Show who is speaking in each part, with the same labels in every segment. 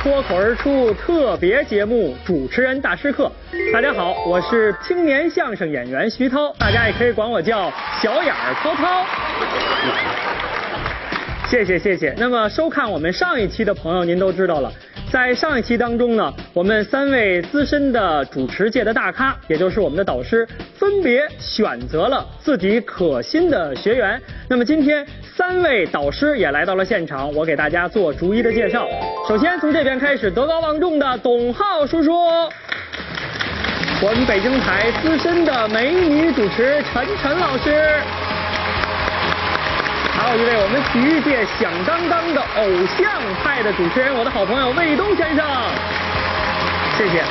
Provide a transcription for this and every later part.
Speaker 1: 口而出特别节目主持人大师课。大家好，我是青年相声演员徐涛，大家也可以管我叫小眼儿涛涛。谢谢谢谢。那么收看我们上一期的朋友，您都知道了，在上一期当中呢，我们三位资深的主持界的大咖，也就是我们的导师，分别选择了自己可心的学员。那么今天三位导师也来到了现场，我给大家做逐一的介绍。首先从这边开始，德高望重的董浩叔叔。我们北京台资深的美女主持陈晨老师，还有一位我们体育界响当当的偶像派的主持人，我的好朋友卫东先生，谢谢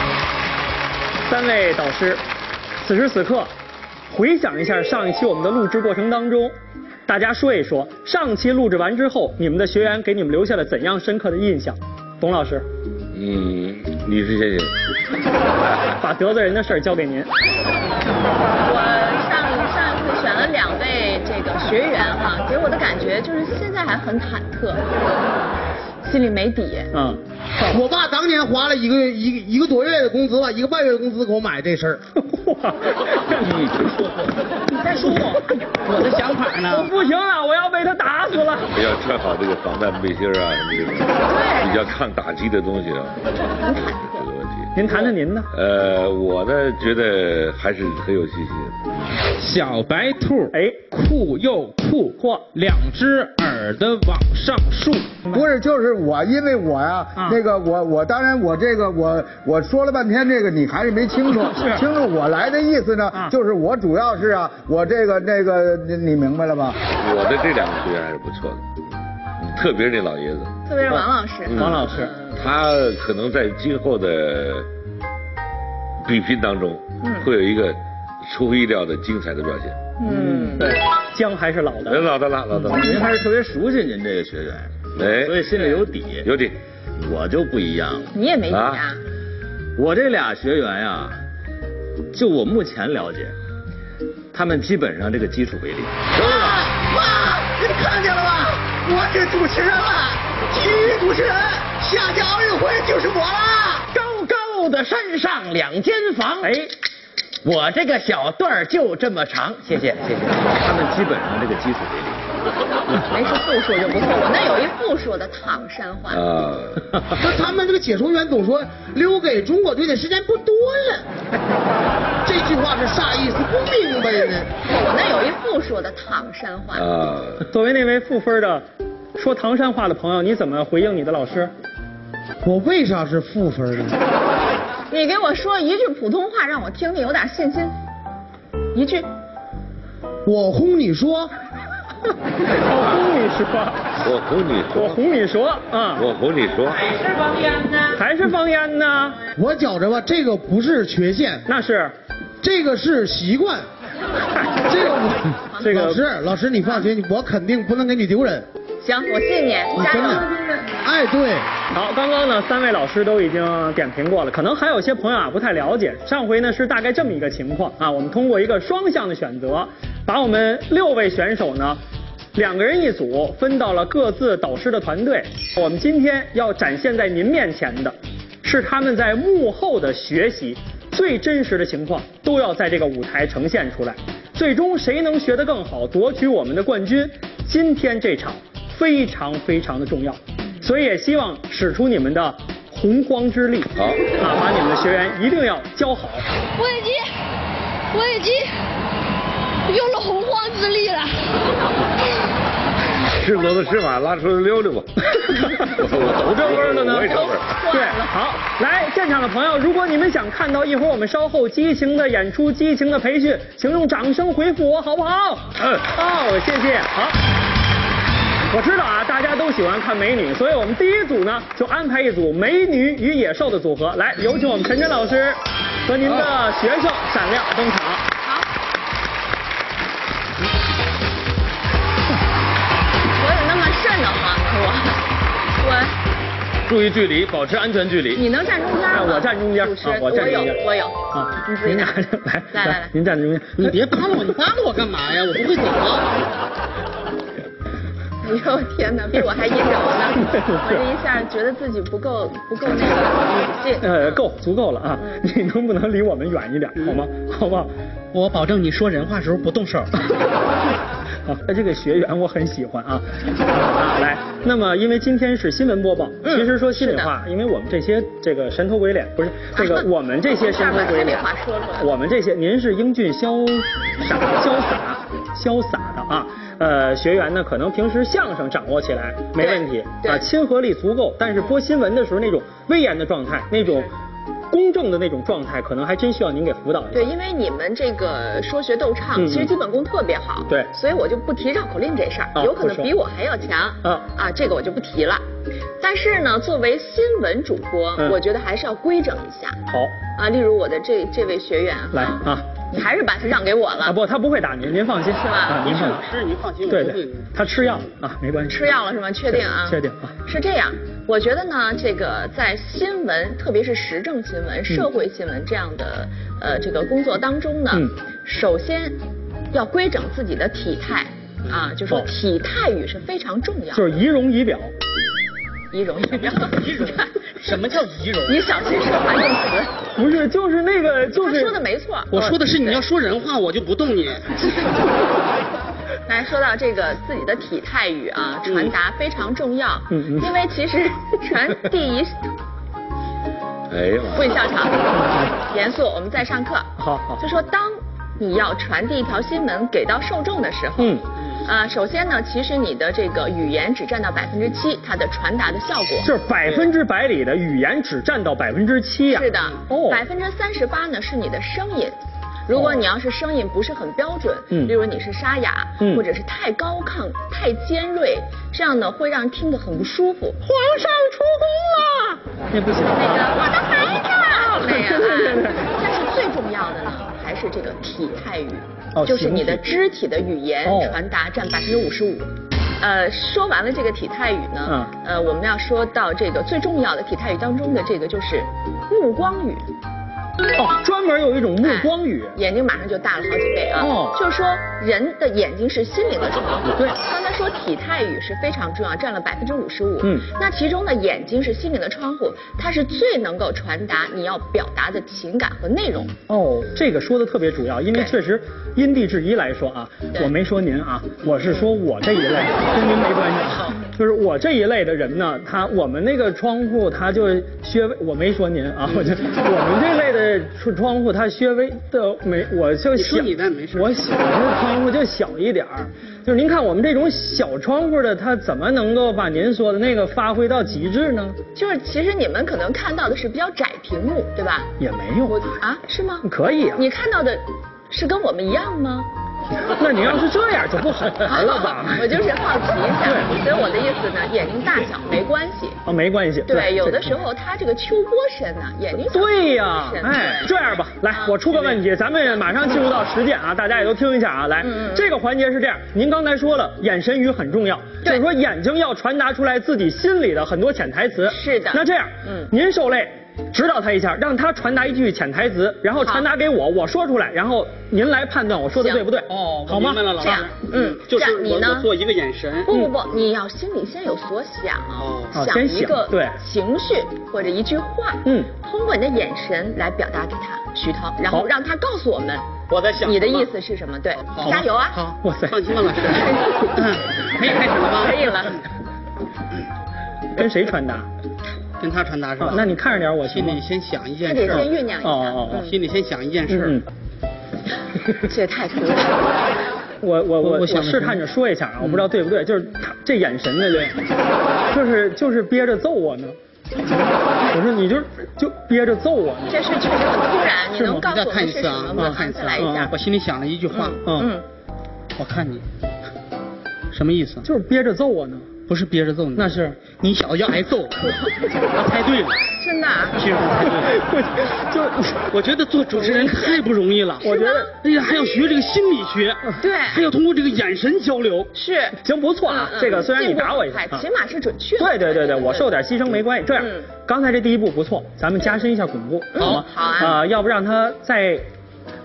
Speaker 1: 三位导师。此时此刻，回想一下上一期我们的录制过程当中，大家说一说上期录制完之后，你们的学员给你们留下了怎样深刻的印象？董老师，
Speaker 2: 嗯，你是谁谁？
Speaker 1: 把得罪人的事儿交给您。
Speaker 3: 我上上一次选了两位这个学员哈、给我的感觉就是现在还很忐忑，心里没底。
Speaker 1: 嗯，
Speaker 4: 我爸当年花了一个月一个一个多月的工资吧，一个半月的工资给我买这身儿。
Speaker 1: 哇，
Speaker 4: 你再说我，我的想法
Speaker 1: 我
Speaker 4: 呢？
Speaker 1: 不行了，我要被他打死了。
Speaker 2: 不要穿好这个防弹背心儿啊，什么这种比较抗打击的东西啊，这个问题。
Speaker 1: 您谈谈您呢？
Speaker 2: 呃，我呢觉得还是很有信心。
Speaker 5: 小白兔，
Speaker 1: 哎
Speaker 5: 酷又酷，
Speaker 1: 嚯
Speaker 5: 两只耳朵往上竖，
Speaker 6: 不是，就是我，因为我呀、
Speaker 1: 啊
Speaker 6: 那个我我当然我这个我我说了半天这个你还是没清楚，
Speaker 1: 是
Speaker 6: 清楚我来的意思呢，
Speaker 1: 啊
Speaker 6: 就是我主要是啊，我这个那个你你明白了吧？
Speaker 2: 我的这两个学员还是不错的，嗯特别是那老爷子，
Speaker 3: 特别是王老师，
Speaker 1: 王老师，
Speaker 2: 他可能在今后的比拼当中，会有一个出乎意料的精彩的表现。
Speaker 3: 嗯，
Speaker 1: 对，姜还是老
Speaker 2: 哎，
Speaker 1: 的。
Speaker 2: 老的了，老的了，
Speaker 7: 您
Speaker 4: 嗯
Speaker 7: 还是特别熟悉您这个学员，所以
Speaker 2: 哎，
Speaker 7: 心里有底。
Speaker 2: 有底，
Speaker 4: 哎
Speaker 7: 我就不一样了，
Speaker 3: 你也没底啊
Speaker 2: 啊？
Speaker 7: 我这俩学员呀、就我目前了解，他们基本上这个基础为零。
Speaker 4: 哎
Speaker 1: 哎
Speaker 4: 哇，你看见了吧？我是主持人了，体育主持人，下届奥运会就是我啦。
Speaker 8: 高高的山上两间房，
Speaker 1: 哎，
Speaker 8: 我这个小段儿就这么长，谢谢谢谢。
Speaker 7: 他们基本上这个基础为零。
Speaker 3: 没说复数就不错，我那有一复数的唐山话。
Speaker 2: 啊，
Speaker 4: 可他们这个解说员总说留给中国队的时间不多了， 这句话是啥意思？不明白呢。
Speaker 3: 我那有一复数的唐山话。
Speaker 2: 啊，
Speaker 1: 作为那位负分的说唐山话的朋友，你怎么回应你的老师？
Speaker 4: 我为啥是负分呢？
Speaker 3: 你给我说一句普通话，让我听听，有点信心。一句，
Speaker 4: 我轰你说，哎
Speaker 1: 我哄你哦说，
Speaker 2: 我哄你
Speaker 1: 我
Speaker 2: 说，
Speaker 1: 哄你说啊，
Speaker 2: 我哄你说，
Speaker 1: 还是方言呢？
Speaker 4: 我觉着吧，这个不是缺陷，
Speaker 1: 那是，
Speaker 4: 这个是习 惯。这个我，
Speaker 1: 这个
Speaker 4: 老师，老师你放心，我肯定不能给你丢人，
Speaker 3: 行，我信你，
Speaker 4: 你
Speaker 3: 加
Speaker 4: 真
Speaker 3: 油
Speaker 4: 的。。哎，对，
Speaker 1: 好，刚刚呢，三位老师都已经点评过了，可能还有些朋友啊不太了解。上回呢是大概这么一个情况啊，我们通过一个双向的选择，把我们六位选手呢，两个人一组，分到了各自导师的团队。我们今天要展现在您面前的，是他们在幕后的学习，最真实的情况都要在这个舞台呈现出来。最终谁能学得更好，夺取我们的冠军，今天这场非常非常的重要。所以也希望使出你们的洪荒之力，
Speaker 2: 好
Speaker 1: 啊，把你们的学员一定要教好。
Speaker 9: 我已经，我已经用了洪荒之力了。
Speaker 2: 是骡子是马，拉出来溜溜吧。 我我
Speaker 1: 有这味儿了呢
Speaker 2: 我也这味儿。
Speaker 1: 对，好，来现场的朋友，如果你们想看到一会儿我们稍后激情的演出、激情的培训，请用掌声回复我，好不好？
Speaker 2: 嗯
Speaker 1: 哦，谢谢，好。我知道啊，大家都喜欢看美女，所以我们第一组呢就安排一组美女与野兽的组合。来，有请我们陈真老师和您的学生闪亮登场。
Speaker 3: 啊我有那么瘆得慌，我
Speaker 7: 注意距离，保持安全距
Speaker 3: 我
Speaker 7: 离。
Speaker 3: 你能站中间
Speaker 1: 哎
Speaker 3: 吗？
Speaker 1: 我站中间
Speaker 3: 主持
Speaker 1: 啊，我站中间
Speaker 3: 我有，我有。
Speaker 1: 啊
Speaker 3: 嗯你，自己
Speaker 1: 您
Speaker 3: 拿
Speaker 1: 拿着，来
Speaker 3: 来来来
Speaker 1: 您站在中间。
Speaker 4: 你别扒拉我，你扒拉我干嘛呀？我不会走啊。
Speaker 3: 哎呦天哪，比我还阴柔呢！ 我这一下觉得自己不够不够那个嗯女性。
Speaker 1: 呃，够足够了啊！
Speaker 3: 嗯
Speaker 1: 你能不能离我们远一点，好吗？好不好？
Speaker 5: 我保证你说人话时候不动手。
Speaker 1: 啊，这个学员我很喜欢啊！啊，来，那么因为今天是新闻播报，
Speaker 3: 嗯
Speaker 1: 其实说心里话
Speaker 3: 是，
Speaker 1: 因为我们这些这个神头鬼脸不是这 个我们这些神头鬼脸
Speaker 3: 把心里话说出，来
Speaker 1: 我们这些您是英俊潇洒、潇洒、潇洒的啊。呃，学员呢，可能平时相声掌握起来没问题
Speaker 3: 对对
Speaker 1: 啊，亲和力足够，但是播新闻的时候那种威严的状态，那种公正的那种状态，可能还真需要您给辅导一下。
Speaker 3: 对，因为你们这个说学逗唱，
Speaker 1: 嗯
Speaker 3: 其实基本功特别好，
Speaker 1: 对
Speaker 3: 所以我就不提绕口令这事儿，
Speaker 1: 啊
Speaker 3: 有可能
Speaker 1: 不说
Speaker 3: 比我还要强，
Speaker 1: 啊
Speaker 3: 啊，这个我就不提了。但是呢，作为新闻主播，
Speaker 1: 嗯
Speaker 3: 我觉得还是要规整一下
Speaker 1: 好，
Speaker 3: 啊。例如我的这这位学员哈，
Speaker 1: 来啊
Speaker 3: 你还是把他让给我了，
Speaker 1: 啊，不，他不会打您，您放心，
Speaker 3: 是吧
Speaker 1: 啊，您放心。
Speaker 10: 师，您放心，我
Speaker 1: 对
Speaker 10: 不会
Speaker 1: 对。，他吃药啊，没关系。
Speaker 3: 吃药了是吗？确定啊？
Speaker 1: 确定啊。
Speaker 3: 是这样，我觉得呢，这个在新闻，特别是时政新闻、
Speaker 1: 嗯
Speaker 3: 社会新闻这样的呃这个工作当中呢，
Speaker 1: 嗯
Speaker 3: 首先要规整自己的体态啊，就说
Speaker 1: 哦
Speaker 3: 体态语是非常重要的。
Speaker 1: 就是仪容仪表，
Speaker 3: 仪 容仪表，仪容，
Speaker 5: 什么叫仪容？
Speaker 3: 你小心说话用词。
Speaker 1: 不是，就是那个，就
Speaker 3: 他
Speaker 1: 是
Speaker 3: 说的没错，嗯
Speaker 5: 我说的是你要说人话，我就不动你。
Speaker 3: 来说到这个自己的体态语啊，
Speaker 5: 嗯
Speaker 3: 传达非常重要，
Speaker 1: 嗯嗯
Speaker 3: 因为其实传递一
Speaker 11: 哎呀，
Speaker 3: 不许笑场，严肃，我们在上课。
Speaker 1: 好好
Speaker 3: 就说当你要传递一条新闻给到受众的时候，
Speaker 1: 嗯，
Speaker 3: 呃，首先呢，其实你的这个语言只占到百分之七，它的传达的效果。
Speaker 1: 就是百分之百里的语言只占到百分之七呀。
Speaker 3: 是的，
Speaker 1: 哦，
Speaker 3: 百分之三十八呢是你的声音。如果你要是声音不是很标准，
Speaker 1: 嗯
Speaker 3: 例如你是沙哑，
Speaker 1: 嗯
Speaker 3: 或者是太高亢、太尖锐，这样呢会让人听得很不舒服。皇上出宫了。
Speaker 1: 那不行
Speaker 3: 那个啊我的孩子啊，那样
Speaker 1: 对对对
Speaker 3: 啊。但是最重要的呢，还是这个体态语，
Speaker 1: 哦
Speaker 3: 就是
Speaker 1: 形
Speaker 3: 你
Speaker 1: 体
Speaker 3: 的肢体的语言
Speaker 1: 哦
Speaker 3: 传达占百分之五十五。呃，说完了这个体态语呢，
Speaker 1: 嗯
Speaker 3: 呃，我们要说到这个最重要的体态语当中的这个就是目光语。
Speaker 1: 哦，专门有一种目光语
Speaker 3: 哎，眼睛马上就大了好几倍啊。
Speaker 1: 哦
Speaker 3: 就是说人的眼睛是心灵的窗户。对，刚才说体态语是非常重要，占了百分之五十五。
Speaker 1: 嗯
Speaker 3: 那其中呢，眼睛是心灵的窗户，它是最能够传达你要表达的情感和内容。
Speaker 1: 哦，这个说的特别主要，因为
Speaker 3: 对
Speaker 1: 确实因地制宜来说啊，
Speaker 3: 对
Speaker 1: 我没说您啊，我是说我这一类，跟您没关系啊。
Speaker 5: 哦
Speaker 1: 就是我这一类的人呢，他我们那个窗户他就略微，我没说您啊，
Speaker 5: 嗯
Speaker 1: 我就我们这类的窗窗户它略微的没，我就
Speaker 5: 你说
Speaker 1: 小，
Speaker 5: 你的没事嗯
Speaker 1: 我小的窗户就小一点儿。就是您看我们这种小窗户的，他怎么能够把您说的那个发挥到极致呢？
Speaker 3: 就是其实你们可能看到的是比较窄屏幕，对吧？
Speaker 1: 也没有
Speaker 3: 我啊，是吗？
Speaker 1: 可以啊
Speaker 3: 你看到的是跟我们一样吗？
Speaker 1: 那你要是这样就不好玩了吧
Speaker 3: ？我就是好奇一下，
Speaker 1: 对
Speaker 3: 所以我的意思呢，眼睛大小没关系。
Speaker 1: 啊，没关系。
Speaker 3: 对，有的
Speaker 1: 这
Speaker 3: 时候他这个秋波深呐、眼睛小
Speaker 1: 对呀
Speaker 3: 秋波，深
Speaker 1: 哎，
Speaker 3: 对
Speaker 1: 这样吧，来
Speaker 3: 啊，
Speaker 1: 我出个问题，咱们马上进入到实践啊，大家也都听一下啊。来
Speaker 3: 嗯嗯，
Speaker 1: 这个环节是这样，您刚才说了，眼神语很重要，就
Speaker 3: 对
Speaker 1: 是说眼睛要传达出来自己心里的很多潜台词。
Speaker 3: 是的
Speaker 1: 那这样，
Speaker 3: 嗯
Speaker 1: 您受累指导他一下，让他传达一句潜台词，然后传达给我，我说出来，然后您来判断我说的
Speaker 3: 行
Speaker 1: 对不对？
Speaker 5: 哦
Speaker 1: 好吗？
Speaker 10: 明白了，老师
Speaker 3: 这样，嗯
Speaker 10: 就
Speaker 3: 这
Speaker 10: 是
Speaker 3: 样你
Speaker 10: 我
Speaker 3: 呢
Speaker 10: 我做一个眼神，哦
Speaker 3: 不不不，你要心里先有所想，
Speaker 1: 啊
Speaker 3: 想
Speaker 1: 嗯先
Speaker 3: 一个
Speaker 1: 想对
Speaker 3: 情绪或者一句话，
Speaker 1: 嗯
Speaker 3: 通过你的眼神来表达给他，徐涛，然后
Speaker 1: 好
Speaker 3: 让他告诉我们
Speaker 10: 我在想
Speaker 3: 你的
Speaker 10: 什么
Speaker 3: 意思是什么，对，
Speaker 10: 好
Speaker 3: 加油啊！
Speaker 5: 好，
Speaker 1: 哇塞，
Speaker 10: 放心吧，老师。可以开始了吗？
Speaker 3: 可 以了，
Speaker 1: 跟谁传达？
Speaker 5: 跟他传达是吧
Speaker 1: 啊？那你看着点我行
Speaker 5: 心
Speaker 1: 吗
Speaker 5: 里先想一
Speaker 3: 那得
Speaker 5: 件事
Speaker 3: 先
Speaker 5: 儿，
Speaker 3: 酝酿一下，嗯
Speaker 1: 哦哦哦
Speaker 5: 心里先想一件事儿。
Speaker 1: 嗯嗯。
Speaker 3: 这也太突然了。
Speaker 1: 我我
Speaker 5: 我
Speaker 1: 我我
Speaker 5: 我想
Speaker 1: 试探着说一下啊，我不知
Speaker 3: 嗯
Speaker 1: 道对不对，就是他这眼神的人，就是就是憋着揍我呢。我说你就就憋着揍我呢。
Speaker 3: 这事确实很突然，你
Speaker 1: 是吗
Speaker 3: 能告
Speaker 5: 你再
Speaker 3: 诉我
Speaker 5: 看
Speaker 3: 们
Speaker 5: 一
Speaker 3: 是
Speaker 5: 次
Speaker 3: 什
Speaker 5: 啊
Speaker 3: 么，
Speaker 5: 再
Speaker 3: 吗？
Speaker 5: 看一次
Speaker 3: 再
Speaker 5: 啊。
Speaker 3: 来一下
Speaker 5: 嗯我。心里想了一句话，
Speaker 3: 嗯，
Speaker 5: 我看你，什么意思？
Speaker 1: 就是憋着揍我呢。
Speaker 5: 不是憋着揍你，那是你小子要挨揍。我猜对了，
Speaker 3: 真的啊，
Speaker 5: 其实我猜对了。
Speaker 1: 就
Speaker 5: 我觉得做主持人太不容易了，
Speaker 1: 我觉得
Speaker 5: 哎呀，还要学这个心理学，
Speaker 3: 对
Speaker 5: 还要通过这个眼神交流。
Speaker 3: 是。
Speaker 1: 行不错啊
Speaker 3: 嗯，嗯
Speaker 1: 这个虽然你
Speaker 3: 进步
Speaker 1: 打我一下
Speaker 3: 快
Speaker 1: 啊
Speaker 3: 起码是准确的。
Speaker 1: 对对对对，我受点牺牲没关系。这样
Speaker 3: 嗯，
Speaker 1: 刚才这第一步不错，咱们加深一下巩固，
Speaker 3: 嗯
Speaker 1: 好吗？
Speaker 3: 好啊
Speaker 1: 呃要不让他再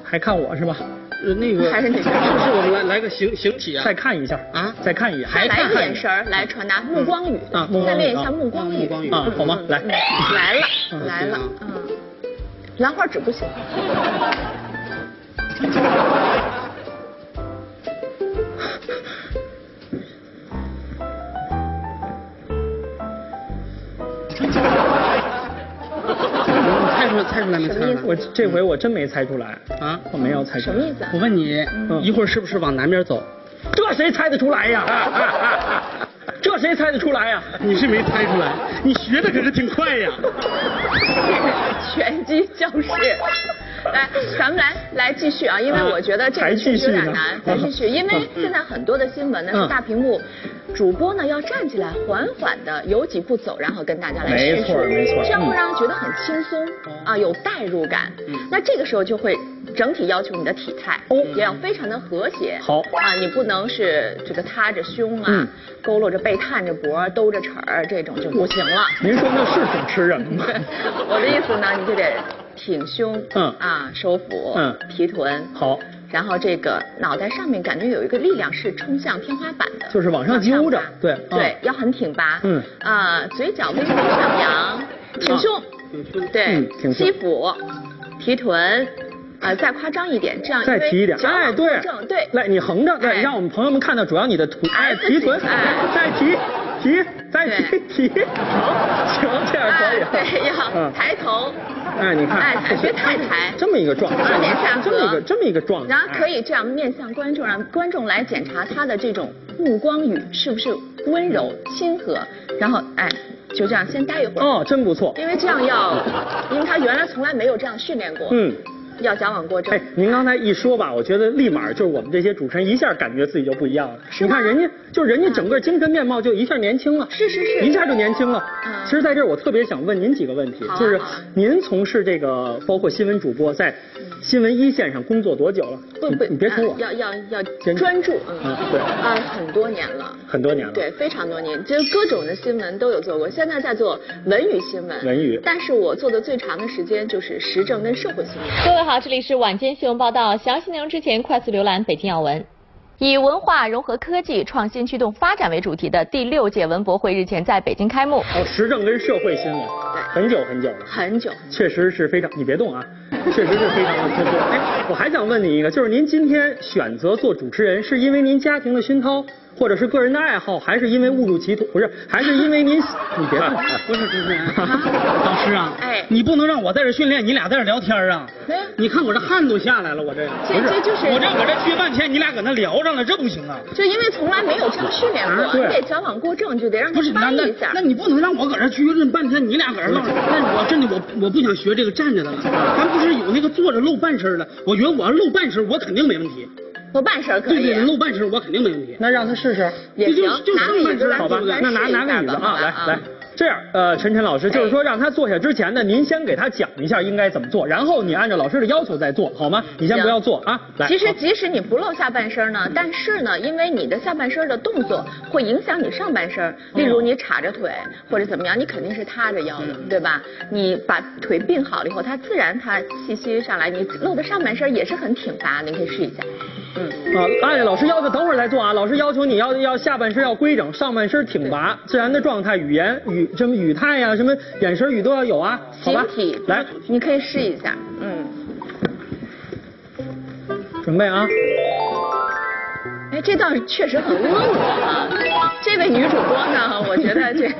Speaker 1: 还看我是吧？
Speaker 5: 呃那个
Speaker 3: 还是哪个？
Speaker 5: 是是我们来来个形形体啊？
Speaker 1: 再看一下啊，再看一眼，
Speaker 3: 还来眼神儿来传达目光语
Speaker 1: 啊，目光语
Speaker 3: 再练一下目光嗯
Speaker 5: 目光语
Speaker 1: 啊，好吗？来
Speaker 3: 来了来了，嗯，兰花指不行。
Speaker 5: 猜出来，猜出来没猜出来？
Speaker 1: 我这回我真没猜出来
Speaker 5: 啊，
Speaker 1: 我没有猜出
Speaker 3: 什
Speaker 1: 来。
Speaker 3: 么意思啊
Speaker 5: 我？问你，
Speaker 1: 嗯
Speaker 5: 一会儿是不是往南边走？
Speaker 1: 这谁猜得出来呀？ 这谁猜得出来呀？
Speaker 5: 你是没猜出来，你学的可是挺快呀。
Speaker 3: 拳击教室。来，咱们来来继续啊，因为
Speaker 1: 啊
Speaker 3: 我觉得这
Speaker 1: 还
Speaker 3: 个
Speaker 1: 继
Speaker 3: 确
Speaker 1: 续
Speaker 3: 实有点
Speaker 1: 呢
Speaker 3: 难，再继续，因为现在很多的新闻呢
Speaker 1: 嗯
Speaker 3: 是大屏幕，主播呢要站起来缓缓的有几步走，然后跟大家来
Speaker 1: 没
Speaker 3: 叙述
Speaker 1: 错，没错嗯
Speaker 3: 这样会让人觉得很轻松啊，有代入感。
Speaker 1: 嗯
Speaker 3: 那这个时候就会整体要求你的体态也要非常的和谐。
Speaker 1: 好
Speaker 3: 啊，你不能是这个塌着胸啊
Speaker 1: 嗯，
Speaker 3: 佝偻着背、探着脖、兜着齿儿这种就不行了。
Speaker 1: 您说那是挺吃人吗？
Speaker 3: 我的意思呢，你就得挺胸，
Speaker 1: 嗯
Speaker 3: 啊，收腹，
Speaker 1: 嗯
Speaker 3: 提臀，
Speaker 1: 好，
Speaker 3: 然后这个脑袋上面感觉有一个力量是冲向天花板的，
Speaker 1: 就是往上揪着
Speaker 3: 往拔
Speaker 1: 对
Speaker 3: 对
Speaker 1: 嗯，
Speaker 3: 要很挺拔，
Speaker 1: 嗯
Speaker 3: 啊，嘴角微微上扬，挺胸，对
Speaker 1: 嗯，挺胸
Speaker 3: 吸腹，提臀，啊，再夸张一点，这样
Speaker 1: 再提一点，哎，对
Speaker 3: 正，对，
Speaker 1: 来，你横着，对，
Speaker 3: 哎
Speaker 1: 让我们朋友们看到，主要你的臀，哎，
Speaker 3: 哎
Speaker 1: 提臀
Speaker 3: 自己哎，
Speaker 1: 再提，提，再提，提，好，行，这样可以
Speaker 3: 哎
Speaker 1: 了，
Speaker 3: 对，要
Speaker 1: 嗯
Speaker 3: 抬头，
Speaker 1: 哎，你看，
Speaker 3: 哎抬别太抬 啊
Speaker 1: 这么一个状态，
Speaker 3: 正面下
Speaker 1: 这么一
Speaker 3: 合
Speaker 1: 个这么一个状态，
Speaker 3: 然后可
Speaker 1: 哎，
Speaker 3: 以这样面向观众，让观众来检查他的这种目光语是不是温柔亲和，然后哎，就这样先待一会儿，
Speaker 1: 哦，真不错，
Speaker 3: 因为这样要，因为他原来从来没有这样训练过，
Speaker 1: 嗯，
Speaker 3: 要矫枉过正
Speaker 1: 哎，，您刚才一说吧，我觉得立马就是我们这些主持人一下感觉自己就不一样了。
Speaker 3: 是
Speaker 1: 你
Speaker 3: 吗嗯
Speaker 1: 看人家，就是人家整个精神面貌就一下年轻了，
Speaker 3: 是是是
Speaker 1: 一下就年轻了。
Speaker 3: 嗯
Speaker 1: 其实在这儿我特别想问您几个问题，
Speaker 3: 好啊
Speaker 1: 就是
Speaker 3: 好啊嗯
Speaker 1: 您从事这个包括新闻主播，在新闻一线上工作多久了？
Speaker 3: 不
Speaker 1: 你
Speaker 3: 不，
Speaker 1: 你别哭我
Speaker 3: 啊，要要要
Speaker 1: 坚持
Speaker 3: 专注，嗯，
Speaker 1: 啊对
Speaker 3: 啊，很多年了。
Speaker 1: 很多年了。
Speaker 3: 对，非常多年，就是各种的新闻都有做过。现在在做文娱新闻，
Speaker 1: 文娱
Speaker 3: 但是我做的最长的时间就是时政跟社会新闻。
Speaker 12: 各位好，这里是晚间新闻报道，详细内容之前快速浏览北京要闻。以文化融合科技创新驱动发展为主题的第六届文博会日前在北京开幕。
Speaker 1: 哦，时政跟社会新闻，很久很久了。
Speaker 3: 很久，
Speaker 1: 确实是非常，你别动啊，确实是非常的突出。哎，我还想问你一个，就是您今天选择做主持人，是因为您家庭的熏陶，或者是个人的爱好，还是因为误入歧途？不是，还是因为您，你别动，
Speaker 5: 不是主持人，老师啊，
Speaker 3: 哎
Speaker 5: 你不能让我在这训练，你俩在这聊天啊。
Speaker 3: 哎
Speaker 5: 你看我这汗都下来了，我这
Speaker 3: 这
Speaker 5: 不
Speaker 3: 这就是
Speaker 5: 我这我这撅半天，你俩搁那聊上了，这不行啊！
Speaker 3: 就因为从来没有这样训练过，
Speaker 1: 啊
Speaker 3: 你
Speaker 1: 对
Speaker 3: 得矫枉过正，就得让他
Speaker 5: 不是，那
Speaker 3: 翻
Speaker 5: 那
Speaker 3: 译一下
Speaker 5: 那。你不能让我搁这撅着半天，你俩搁这唠。但是我真的我我不想学这个站着的了，咱不是有那个坐着露半身的，我觉得我要露半身，我肯定没问题。
Speaker 3: 我半身儿可
Speaker 5: 对对，
Speaker 3: 以啊
Speaker 5: 对，露半身我肯定没问题。
Speaker 1: 那让他试试。
Speaker 3: 也行
Speaker 5: 就，就
Speaker 3: 拿个
Speaker 5: 就
Speaker 3: 椅子
Speaker 5: 是
Speaker 3: 来
Speaker 1: 好吧
Speaker 3: 咱们，
Speaker 1: 那拿
Speaker 3: 试一
Speaker 1: 拿
Speaker 3: 下
Speaker 1: 个椅子
Speaker 3: 吧
Speaker 1: 啊，来
Speaker 3: 好吧
Speaker 1: 来，这样，呃，晨晨老师就是说让他坐下之前呢，您先给他讲一下应该怎么做，然后你按照老师的要求再做，好吗？你先不要做啊，来。
Speaker 3: 其实即使你不露下半身呢，但是呢，因为你的下半身的动作会影响你上半身，例
Speaker 1: 嗯
Speaker 3: 如你叉着腿或者怎么样，你肯定是塌着腰的，对吧？你把腿并好了以后，它自然它气息上来，你露的上半身也是很挺拔的，你可以试一下。嗯
Speaker 1: 啊，按照老师要求，等会儿再做啊。老师要求你要要下半身要规整，上半身挺拔，自然的状态，语言语什么语态呀、什么眼神语都要有啊，好吧
Speaker 3: 形体？
Speaker 1: 来，
Speaker 3: 你可以试一下，嗯。
Speaker 1: 准备啊，
Speaker 3: 哎，这倒是确实很温和啊。这位女主播呢，我觉得这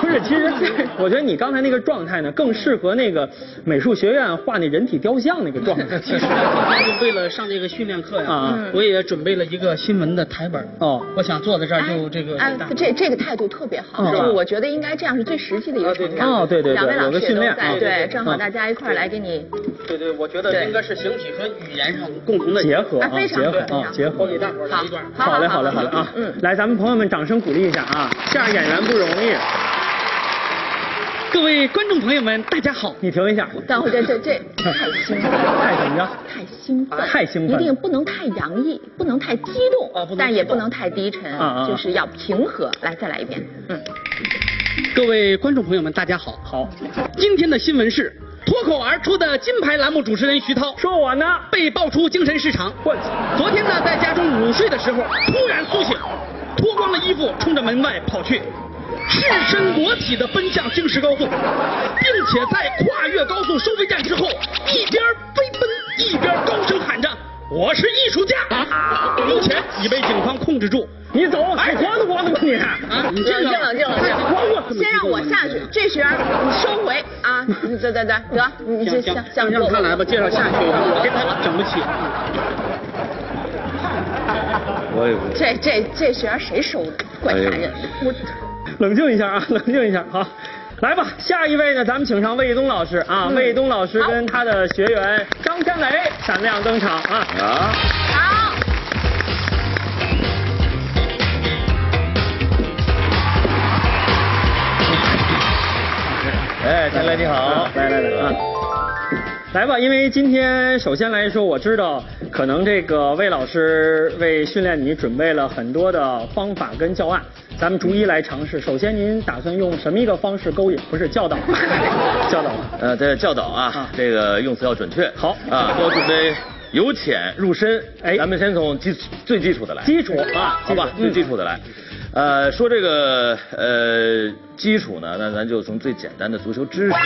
Speaker 1: 不是，其 实我觉得你刚才那个状态呢，更适合那个美术学院画那人体雕像那个状 态。
Speaker 5: 其实啊我就为了上这个训练课呀嗯
Speaker 1: 啊，
Speaker 5: 我也准备了一个新闻的台本。
Speaker 1: 哦
Speaker 5: 我想坐在这儿就这个给
Speaker 3: 哎
Speaker 5: 大，家。
Speaker 3: 这这个态度特别好，
Speaker 1: 嗯
Speaker 3: 就是我觉得应该这样是最实际的一个成长。
Speaker 1: 哦对对对
Speaker 3: 两位老
Speaker 1: 有个
Speaker 3: 师也
Speaker 1: 训
Speaker 3: 都
Speaker 1: 练
Speaker 3: 在，
Speaker 1: 啊
Speaker 3: 对，正好
Speaker 1: 嗯
Speaker 3: 大家一块儿来给你，
Speaker 5: 对对，我觉得
Speaker 3: 对
Speaker 5: 应该是形体和语言上共同的
Speaker 1: 结合
Speaker 3: 啊
Speaker 1: 啊，
Speaker 3: 非常
Speaker 1: 结合
Speaker 3: 非常
Speaker 1: 啊，结
Speaker 5: 我
Speaker 1: 合。
Speaker 5: 给大伙儿来一段。
Speaker 3: 好
Speaker 1: 好嘞，
Speaker 3: 好
Speaker 1: 好嘞，
Speaker 3: 好
Speaker 1: 好嘞啊！
Speaker 3: 嗯
Speaker 1: 来，咱们朋友们掌声鼓励一下啊！这样演员不容易，
Speaker 5: 各位观众朋友们，大家好。
Speaker 1: 你停一下，
Speaker 3: 但我觉得这这太兴奋了。
Speaker 1: 太怎么着？
Speaker 3: 太兴奋，
Speaker 1: 太兴奋哦
Speaker 3: 一定不能太洋溢，不能太激动，
Speaker 5: 啊不能
Speaker 3: 但也
Speaker 5: 激
Speaker 3: 不
Speaker 5: 动
Speaker 3: 能太低沉，
Speaker 1: 啊啊啊
Speaker 3: 就是要平和。来，再来一遍，嗯，
Speaker 5: 各位观众朋友们，大家好。
Speaker 1: 好，
Speaker 5: 今天的新闻是
Speaker 13: 脱口而出的金牌栏目主持人徐涛，
Speaker 1: 说我呢
Speaker 13: 被爆出精神失常。
Speaker 1: 我
Speaker 13: 昨天呢在家中午睡的时候突然苏醒，脱光了衣服冲着门外跑去，赤身裸体的奔向京石高速，并且在跨越高速收费站之后，一边飞奔一边高声喊着。我是艺术家，目前已被警方控制住。
Speaker 1: 你走，啊哎，咣当咣当吧你！哎啊，
Speaker 3: 冷静冷静冷静冷静，先让我下去。这学员，你收回啊！得得得得，你这
Speaker 1: 行
Speaker 3: 行，
Speaker 1: 让他来吧，介绍下去，我跟他整不起。
Speaker 11: 我也
Speaker 3: 这这这学员谁收的？怪
Speaker 4: 哎
Speaker 3: 吓人的。我
Speaker 1: 冷静一下啊，冷静一下，好。来吧，下一位呢，咱们请上魏东老师啊。嗯、魏东老师跟他的学员张天雷闪亮登场啊。
Speaker 11: 啊。
Speaker 3: 好。
Speaker 2: 哎，天雷你好。
Speaker 1: 来来来啊。来吧，因为今天首先来说，我知道可能这个魏老师为训练你准备了很多的方法跟教案。咱们逐一来尝试。首先，您打算用什么一个方式勾引？不是教 导，教导。
Speaker 2: 呃，对，教导啊，啊这个用词要准确。
Speaker 1: 好
Speaker 2: 啊，我准备由浅入深。
Speaker 1: 哎，
Speaker 2: 咱们先从基最基础的来。
Speaker 1: 基础
Speaker 2: 啊，好吧，最基础的来。呃，说这个呃基础呢，那咱就从最简单的足球知识啊。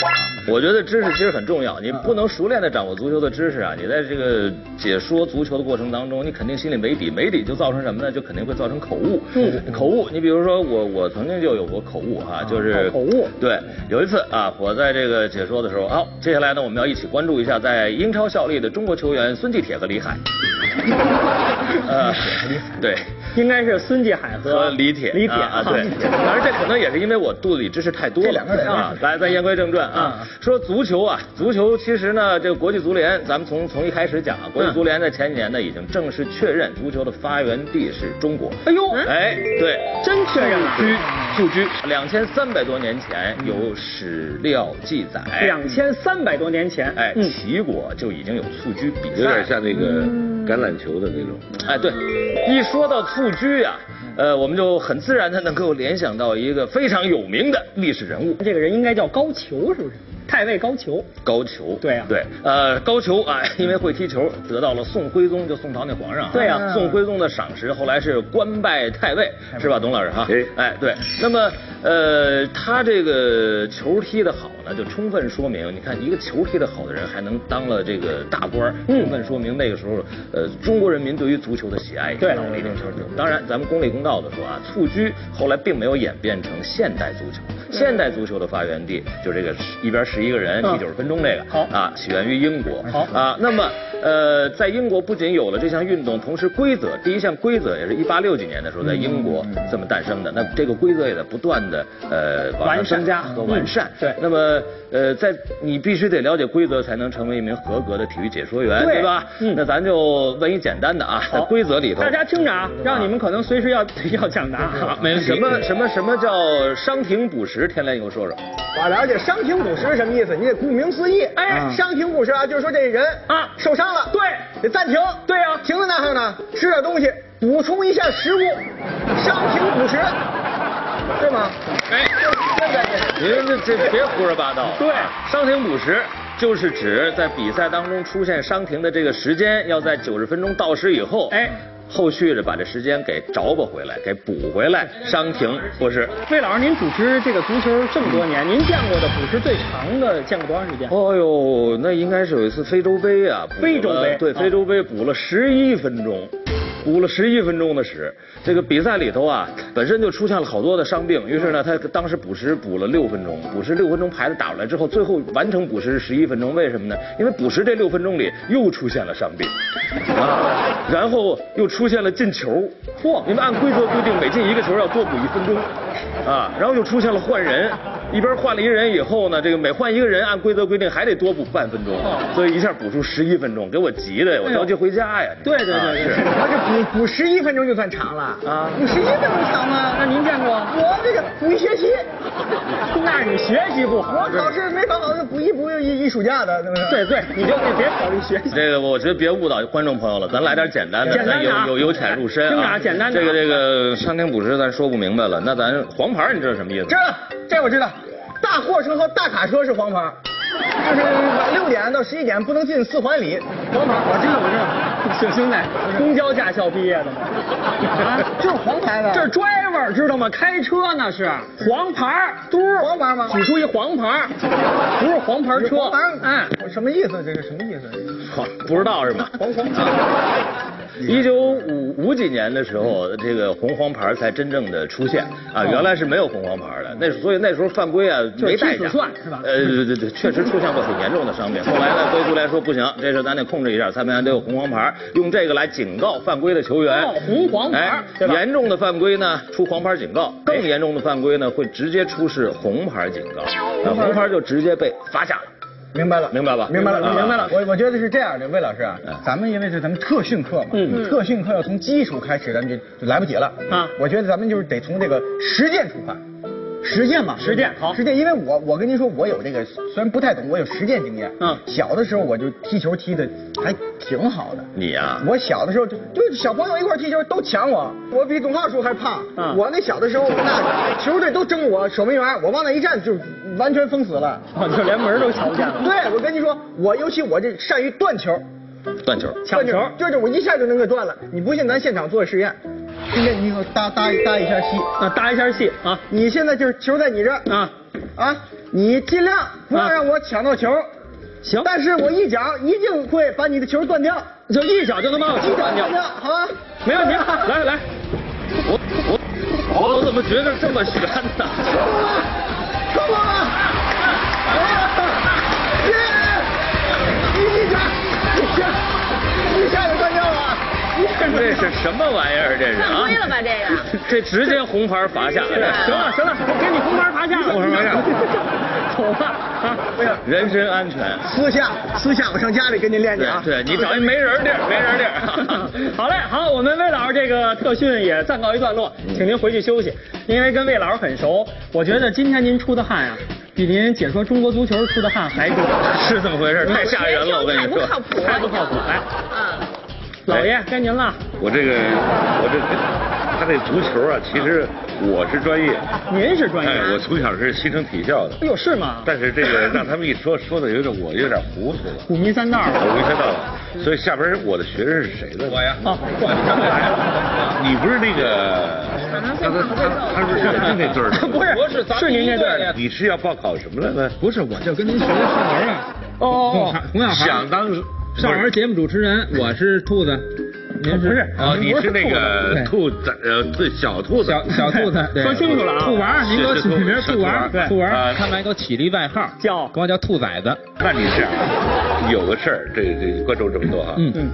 Speaker 2: 我觉得知识其实很重要，你不能熟练的掌握足球的知识啊，你在这个解说足球的过程当中，你肯定心里没底，没底就造成什么呢？就肯定会造成口误。
Speaker 1: 嗯，
Speaker 2: 口误，你比如说我我曾经就有过口误啊，就是
Speaker 1: 口误。
Speaker 2: 对，有一次啊，我在这个解说的时候，好、啊，接下来呢，我们要一起关注一下在英超效力的中国球员孙继铁和李 海。呃，对。
Speaker 1: 应该是孙继海和
Speaker 2: 李铁，
Speaker 1: 李铁
Speaker 2: 啊，对。当然，这可能也是因为我肚子里知识太多了。
Speaker 6: 这两个人
Speaker 2: 啊，来，咱言归正传
Speaker 1: 嗯
Speaker 2: 啊，说足球啊，足球其实呢，这个国际足联，咱们从从一开始讲，啊国际
Speaker 1: 嗯
Speaker 2: 足联在前几年呢，已经正式确认足球的发源地是中国。
Speaker 1: 哎呦，
Speaker 2: 哎，对，
Speaker 1: 真确认了。
Speaker 2: 故居，两千三百多年前有史料记载。
Speaker 1: 两千三百多年前，嗯
Speaker 2: 哎，齐国就已经有蹴鞠比赛，
Speaker 11: 有点像那个橄榄球的那种。
Speaker 2: 嗯哎，对，一说到蹴鞠呀，呃，我们就很自然的能够联想到一个非常有名的历史人物。
Speaker 1: 这个人应该叫高俅，是不是？太尉高俅。
Speaker 2: 高俅。
Speaker 1: 对啊。
Speaker 2: 对，呃，高俅啊，因为会踢球，得到了宋徽宗，就宋朝那皇上。
Speaker 1: 对啊。
Speaker 2: 宋徽宗的赏识，后来是官拜太尉，是吧，董老师哈？哎，对。那么，呃，他这个球踢得好呢，就充分说明，你看一个球踢得好的人，还能当了这个大官，充分说明那个时候，呃，中国人民对于足球的喜爱
Speaker 1: 对
Speaker 2: 到了一定程度。当然，咱们公理公道的说啊，蹴鞠后来并没有演变成现代足球。现代足球的发源地就这个一边十一个人踢九十分钟这个，
Speaker 1: 好
Speaker 2: 啊，起源于英国。
Speaker 1: 好
Speaker 2: 啊，那么呃，在英国不仅有了这项运动，同时规则第一项规则也是一八六几年的时候在英国
Speaker 1: 嗯
Speaker 2: 这么诞生的。那这个规则也在不断的呃
Speaker 1: 完善嗯
Speaker 2: 增加和完善。
Speaker 1: 对，
Speaker 2: 那么呃，在你必须得了解规则才能成为一名合格的体育解说员，对吧？那咱就问一简单的啊，在规则里
Speaker 1: 嗯
Speaker 2: 头，
Speaker 1: 大家听着啊，让你们可能随时要 要抢答啊。
Speaker 2: 没问题。什么什么什么叫伤停补时？天来，你给我说说。
Speaker 10: 我了解伤停补时是什么意思，你得顾名思义。
Speaker 1: 哎，
Speaker 10: 伤停补时啊，就是说这人
Speaker 1: 啊
Speaker 10: 受伤了，
Speaker 1: 对，
Speaker 10: 得暂停。
Speaker 1: 对啊，
Speaker 10: 停了呢还有呢，吃点东西补充一下食物，伤停补时，对吗？
Speaker 2: 哎，
Speaker 10: 对对对，
Speaker 2: 您这这别胡说八道。
Speaker 1: 对，
Speaker 2: 伤停补时。就是指在比赛当中出现伤停的这个时间，要在九十分钟到时以后，
Speaker 1: 哎，
Speaker 2: 后续的把这时间给着吧回来，给补回来，伤停不是。
Speaker 1: 魏老师，您主持这个足球这么多年，您见过的补时最长的见过多长时间？
Speaker 2: 哦呦，那应该是有一次非洲杯啊，补了
Speaker 1: 非洲杯
Speaker 2: 对，
Speaker 1: 哦
Speaker 2: 非洲杯补了十一分钟。补了十一分钟的时，这个比赛里头啊，本身就出现了好多的伤病，于
Speaker 1: 嗯
Speaker 2: 是呢，他当时补时补了六分钟，补时六分钟牌子打出来之后，最后完成补时是十一分钟，为什么呢？因为补时这六分钟里又出现了伤病，啊，然后又出现了进球，
Speaker 1: 嚯
Speaker 2: 因为按规则规定每进一个球要多补一分钟，啊，然后又出现了换人，一边换了一个人以后呢，这个每换一个人按规则规定还得多补半分钟，所以一下补出十一分钟，给我急的，我着急回家呀。
Speaker 1: 对对对
Speaker 2: 啊
Speaker 1: 对
Speaker 2: 是
Speaker 10: 他这补补十一分钟就算长了
Speaker 2: 啊
Speaker 10: 补十一分钟长吗？
Speaker 1: 那您见过？
Speaker 10: 我这个补一学期，
Speaker 1: 那是你学习不好
Speaker 10: 我。考试没考好，那补一补一一暑假的，对不
Speaker 1: 对对，你就你别考虑学习。
Speaker 2: 这个我觉得别误导观众朋友了，咱来点简单的，
Speaker 1: 简单的啊
Speaker 2: 咱由由由浅入深
Speaker 1: 听着
Speaker 2: 啊，
Speaker 1: 啊简单的啊
Speaker 2: 这个这个伤停补时咱说不明白了，那咱黄牌你知道什么意思吗？
Speaker 10: 这这我知道，大货车和大卡车是黄牌，
Speaker 4: 就是晚六点到十一点不能进四环 里。
Speaker 1: 等会儿，我知道，我知道，兄兄弟，公交驾校毕业的吗？
Speaker 4: 啊，这是黄牌呗。
Speaker 1: 这是 driver 知道吗？开车呢是黄牌儿，嘟儿
Speaker 4: 黄牌吗
Speaker 1: 举出一黄牌儿，不是黄牌儿车，
Speaker 4: 哎，什么意思？这是什么意思？
Speaker 14: 好 不知道是吧？
Speaker 4: 黄黄
Speaker 14: 一九五五几年的时候，这个红黄牌才真正的出现啊，原来是没有红黄牌的。那时候所以那时候犯规啊
Speaker 1: 哦就是
Speaker 14: 没代
Speaker 1: 踢
Speaker 14: 价
Speaker 1: 死算是吧
Speaker 14: 呃，对对对，确实出现过挺严重的伤病。后来呢，规足联说不行，这事儿咱得控制一下，裁判员得有红黄牌，用这个来警告犯规的球员。
Speaker 1: 哦红黄牌
Speaker 14: 哎
Speaker 1: 对吧哎
Speaker 14: 严重的犯规呢出黄牌警告，更严重的犯规呢会直接出示红牌警告，啊，红牌就直接被罚下了。
Speaker 4: 明白了，
Speaker 14: 明白吧？
Speaker 4: 明白了，
Speaker 14: 啊
Speaker 4: 明白了。我我觉得是这样的，魏老师啊，咱们因为是咱们特训课嘛，
Speaker 1: 嗯
Speaker 4: 特训课要从基础开始，咱们就就来不及了
Speaker 1: 啊。
Speaker 4: 我觉得咱们就是得从这个实践出发，实践嘛，
Speaker 1: 实践好
Speaker 4: 实践。因为我我跟您说，我有这个虽然不太懂，我有实践经验。
Speaker 1: 嗯
Speaker 4: 小的时候我就踢球踢的还挺好的。
Speaker 14: 你呀、
Speaker 4: 我小的时候就就小朋友一块儿踢球都抢我，我比董浩叔还胖。
Speaker 1: 嗯
Speaker 4: 我那小的时候，那球队都争我守门员，我往那一站就完全封死了。
Speaker 1: 哦就连门儿都瞧不见了。
Speaker 4: 对，我跟你说，我尤其我这善于断球，
Speaker 14: 断球。
Speaker 1: 抢球
Speaker 4: 断就是我一下就能给断了。你不信，咱现场做个实验。今天你给我搭搭一搭一下膝，
Speaker 1: 啊，搭一下戏啊
Speaker 4: 你现在就是球在你这儿
Speaker 1: 啊，
Speaker 4: 啊，你尽量不要
Speaker 1: 啊
Speaker 4: 让我抢到球。
Speaker 1: 行
Speaker 4: 但是我一脚一定会把你的球断掉，
Speaker 1: 就一脚就能把我
Speaker 4: 一
Speaker 1: 踢
Speaker 4: 脚
Speaker 1: 断掉
Speaker 4: 断，掉，好吧？
Speaker 1: 没问题。来来，
Speaker 14: 我我我怎么觉得这么悬呢？
Speaker 4: 成功了！耶！一脚，一脚，一下就断掉了。
Speaker 14: 这是什么玩意儿？这是啊
Speaker 3: 犯规了吧这个？
Speaker 14: 这直接红牌罚下了，
Speaker 1: 行了行了，给你红牌罚下了，
Speaker 14: 红牌罚下
Speaker 1: 走吧啊。
Speaker 14: 人身安全。
Speaker 4: 私下私下，我上家里跟您练去
Speaker 14: 对
Speaker 4: 啊。
Speaker 14: 对，你找一没人地儿，没人地儿。
Speaker 1: 好嘞，好，我们魏老师这个特训也暂告一段落，
Speaker 5: 嗯
Speaker 1: 请您回去休息。因为跟魏老师很熟，我觉得今天您出的汗呀、比您解说中国足球出的汗还多。
Speaker 5: 哎
Speaker 14: 是这么回事，太吓人了，我跟你说
Speaker 3: 太不。靠谱，
Speaker 1: 太不靠谱哎
Speaker 3: 啊，
Speaker 1: 老爷，该您了，
Speaker 2: 我这个，我这他这足球啊，其实我是专业，
Speaker 1: 您是专业。啊
Speaker 2: 哎，我从小是西城体校的，
Speaker 1: 哎呦，是吗？
Speaker 2: 但是这个让他们一说，说的有点我有点糊涂了，
Speaker 1: 虎迷三道
Speaker 5: 啊
Speaker 1: 儿
Speaker 2: 我没猜到了。所以下边我的学生是谁的？我呀
Speaker 5: 哦
Speaker 1: 啊，
Speaker 2: 你不是那个？他他他他是不是那队儿 的？
Speaker 1: 不是，是您这队儿的。
Speaker 2: 你是要报考什么来着？
Speaker 5: 不是，我就跟您学的上文啊。
Speaker 1: 哦，
Speaker 5: 洪小航，
Speaker 2: 想当时
Speaker 5: 上文节目主 持人，我是兔子，您是
Speaker 1: 不是
Speaker 2: 啊，你是那个
Speaker 5: 对
Speaker 2: 兔子呃，对，小兔子，哎
Speaker 5: 小小兔子，对
Speaker 1: 说清楚了啊
Speaker 5: 兔娃，您给我起名儿
Speaker 2: 是是
Speaker 5: 兔
Speaker 2: 兔
Speaker 5: 娃
Speaker 2: 娃对，
Speaker 5: 兔
Speaker 2: 啊
Speaker 5: 娃，他们还给我起了一外号，
Speaker 1: 叫
Speaker 5: 管我叫兔崽子。
Speaker 2: 那你是有个事儿，这这这观众这么多啊，
Speaker 5: 嗯
Speaker 1: 嗯，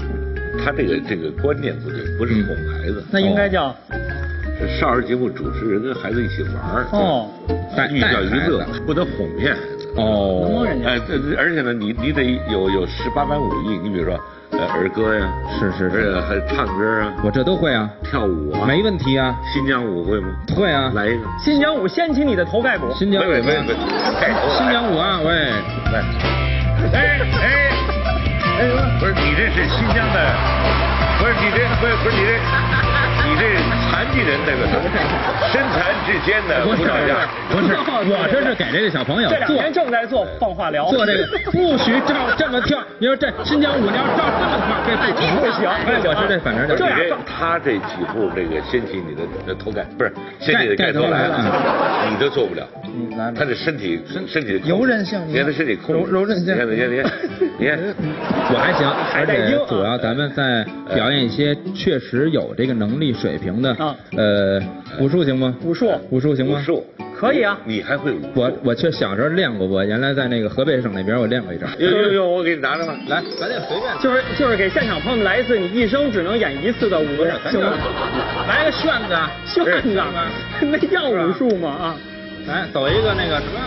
Speaker 2: 他这个这个观念不对，不是哄孩子，
Speaker 1: 那应该
Speaker 5: 哦
Speaker 1: 叫
Speaker 2: 是少儿节目主持人跟孩子一起玩儿，
Speaker 1: 哦，
Speaker 5: 带
Speaker 2: 寓教于乐
Speaker 5: 带孩，
Speaker 2: 不能哄骗孩子。
Speaker 1: 能
Speaker 5: 哦
Speaker 1: 蒙人家。
Speaker 2: 哎，这这而且呢，你你得有有十八般武艺，你比如说呃儿歌呀，
Speaker 5: 是是是
Speaker 2: 而且还唱歌啊，
Speaker 5: 我这都会啊，
Speaker 2: 跳舞啊，
Speaker 5: 没问题啊，
Speaker 2: 新疆舞会吗？
Speaker 5: 会啊。
Speaker 2: 来一个，
Speaker 1: 新疆舞掀起你的头盖骨。
Speaker 5: 新疆舞
Speaker 2: 没
Speaker 5: 啊，
Speaker 2: 没没没，哎
Speaker 5: 新疆舞啊，喂，
Speaker 2: 来，哎哎哎，不是你这是新疆的，不是你这不是不是你这，你这残疾人代表团，身残志坚的
Speaker 5: 不
Speaker 2: 舞
Speaker 5: 是
Speaker 2: 蹈家，
Speaker 5: 不是， 我这是给这个小朋友
Speaker 1: 这两
Speaker 5: 做
Speaker 1: 天正在做放化疗，
Speaker 5: 做这个，不许照这么跳。你说这新疆舞，你要照这么跳，这不成。
Speaker 1: 不行，
Speaker 5: 哎，我是这反正
Speaker 2: 不
Speaker 5: 就是
Speaker 1: 这
Speaker 2: 你
Speaker 1: 样
Speaker 2: 这他这几步这个掀起你的呃头盖，不是掀起你的
Speaker 5: 盖
Speaker 2: 盖头
Speaker 5: 头
Speaker 2: 来
Speaker 5: 来
Speaker 2: 了，你都做不了。
Speaker 5: 嗯来吧
Speaker 2: 他这身体身身体的控制
Speaker 5: 柔韧性
Speaker 2: 你看他身体控制
Speaker 5: 柔柔韧性
Speaker 2: 你看你看你看你看，
Speaker 5: 我还行，
Speaker 1: 还
Speaker 5: 而
Speaker 1: 带
Speaker 5: 且
Speaker 1: 劲啊
Speaker 5: 主要咱们在表演一些确实有这个能力水平的
Speaker 1: 啊，
Speaker 5: 呃，武术行吗？
Speaker 1: 武术
Speaker 5: 武术行
Speaker 2: 武
Speaker 5: 吗？
Speaker 2: 术
Speaker 1: 可以啊
Speaker 2: 你还会武术？
Speaker 5: 我我去小时候练过，我原来在那个河北省那边我练过一阵儿。
Speaker 2: 呦呦呦，我给你拿着吧。
Speaker 5: 来，咱就随便。
Speaker 1: 就是就是给现场朋友们来一次，你一生只能演一次的舞，行吗？
Speaker 5: 来个旋子，
Speaker 1: 炫子，啊
Speaker 5: 哎
Speaker 1: 那叫武术吗？啊，
Speaker 5: 来走一个那个什么，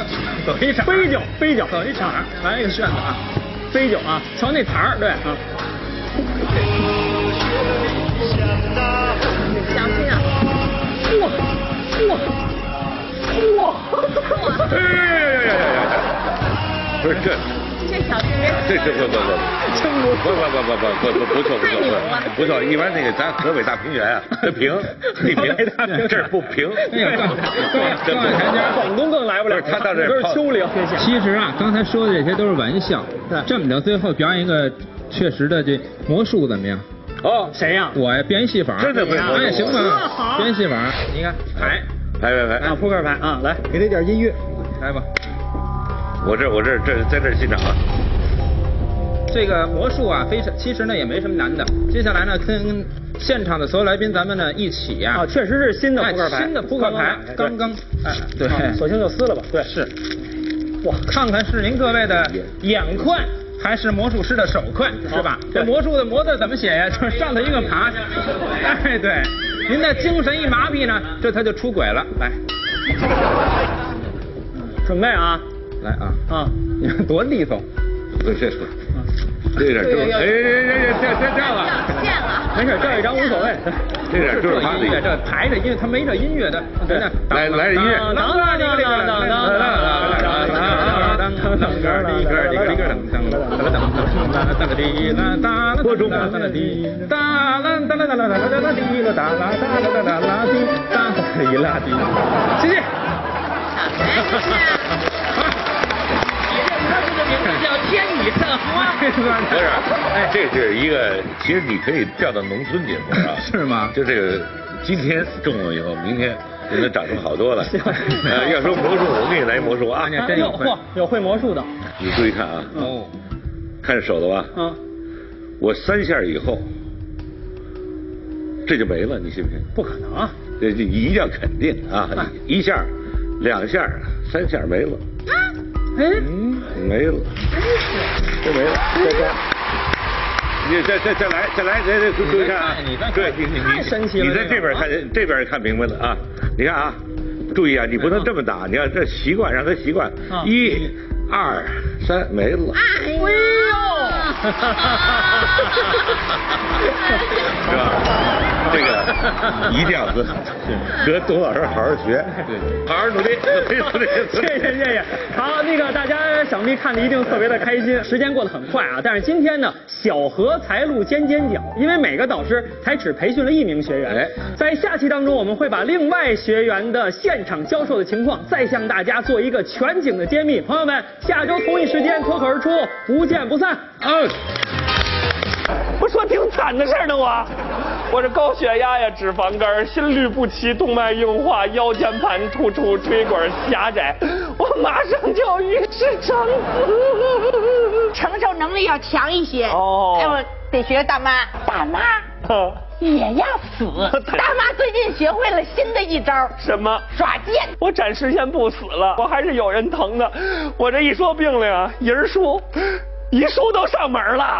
Speaker 5: 走一场，
Speaker 1: 飞脚，飞脚，
Speaker 5: 走一场，来一个旋子啊！
Speaker 1: 飞脚啊，瞧那台儿，对啊，
Speaker 3: 小心啊！
Speaker 1: 哇哇哇，
Speaker 2: 哎不是这
Speaker 3: 这
Speaker 4: 小真人。
Speaker 2: 这是不不不，
Speaker 4: 真不
Speaker 2: 不不不不不不不错不错不错，一般那个咱河北大平原 啊，这平地平，这儿不平，这不平，
Speaker 1: 广东更来不了，
Speaker 2: 他到这
Speaker 1: 都是丘陵。
Speaker 5: 其实啊，刚才说的这些都是玩笑。这么着，最后表演一个确实的这魔术怎么样？
Speaker 1: 哦，谁呀？
Speaker 5: 我呀，变戏法。
Speaker 2: 真的会魔术
Speaker 5: 哎，行吧
Speaker 1: 好，
Speaker 5: 变戏法。你看，
Speaker 1: 牌
Speaker 2: 来来来
Speaker 1: 啊，，扑克牌啊，来，
Speaker 15: 给他点音乐，
Speaker 5: 来吧。
Speaker 2: 我这我这这在这儿欣赏啊，
Speaker 5: 这个魔术啊，非常其实呢也没什么难的。接下来呢，跟现场的所有来宾咱们呢一起呀、
Speaker 1: 啊，确实是新的扑克牌，
Speaker 5: 哎新的扑克牌刚刚哎对
Speaker 1: 啊索性就撕了吧，对，
Speaker 5: 是，
Speaker 1: 哇，
Speaker 5: 看看是您各位的
Speaker 2: 嗯
Speaker 5: 眼快。还是魔术师的手快是吧？这魔术的魔字怎么写
Speaker 2: 哎
Speaker 5: 呀？就是上头一个爬，哎对，您的精神一麻痹呢，这他就出轨了。来，
Speaker 1: 准备啊
Speaker 5: 来啊，
Speaker 1: 啊，
Speaker 5: 你看多利索，
Speaker 2: 这这这有点重，哎哎哎这这这了，
Speaker 4: 见了，
Speaker 1: 没事，掉一张无所谓。
Speaker 2: 这有点
Speaker 5: 这
Speaker 2: 重
Speaker 5: 音
Speaker 2: 他
Speaker 5: 乐这排着音乐，他没这音乐的，对
Speaker 2: 来来点音乐。
Speaker 1: 当当当当当当当当
Speaker 4: 小真人。
Speaker 16: 叫天女散花。
Speaker 1: 啊
Speaker 2: 不是，哎，这是一个，其实你可以调到农村节目啊，
Speaker 5: 是吗
Speaker 2: 就这个，今天中了以后，明天就能长出好多来。呃，要说魔术，我给你来魔术啊，
Speaker 5: 哎
Speaker 1: 哎
Speaker 5: 真有
Speaker 1: 有
Speaker 5: 会
Speaker 1: 嚯，有会魔术的，
Speaker 2: 你注意看啊，
Speaker 5: 哦，
Speaker 2: 看手了吧？
Speaker 1: 嗯，
Speaker 2: 我三下以后，这就没了，你信不信？
Speaker 1: 不可能啊，
Speaker 2: 这这一定要肯定啊，一下、两下、啊三下没了，嗯，没了，就没了，再来，你再再再来，再来，再再注意看啊
Speaker 5: 你再，看
Speaker 2: 对，你你
Speaker 1: 太神奇了
Speaker 2: 你在这边看，这边看明白了啊，你看啊，注意啊，你不能这么打，你要这习惯，让他习惯，一、二、三，没了，
Speaker 4: 哎呦！
Speaker 2: 是吧？这个 一定要和和董老师好好学，好好努 力，努力努力，努
Speaker 1: 谢
Speaker 2: 力
Speaker 1: 谢谢谢。好，那个大家想必看的一定特别的开心，时间过得很快啊。但是今天呢，小荷才露尖尖角，因为每个导师才只培训了一名学员
Speaker 2: 哎。
Speaker 1: 在下期当中，我们会把另外学员的现场教授的情况再向大家做一个全景的揭秘。朋友们，下周同一时间脱口而出，不见不散。
Speaker 2: 嗯。
Speaker 1: 不说挺惨的事儿呢，我，我这高血压呀，脂肪肝，心律不齐，动脉硬化，腰间盘突出，椎管狭窄，我马上就要与世长辞。
Speaker 3: 承受能力要强一些。
Speaker 1: 哦
Speaker 3: 哎，我得学大妈。大妈也要死。大妈最近学会了新的一招，
Speaker 1: 什么？
Speaker 3: 耍剑。
Speaker 1: 我暂时先不死了，我还是有人疼的。我这一说病了呀，人儿叔，一叔都上门了。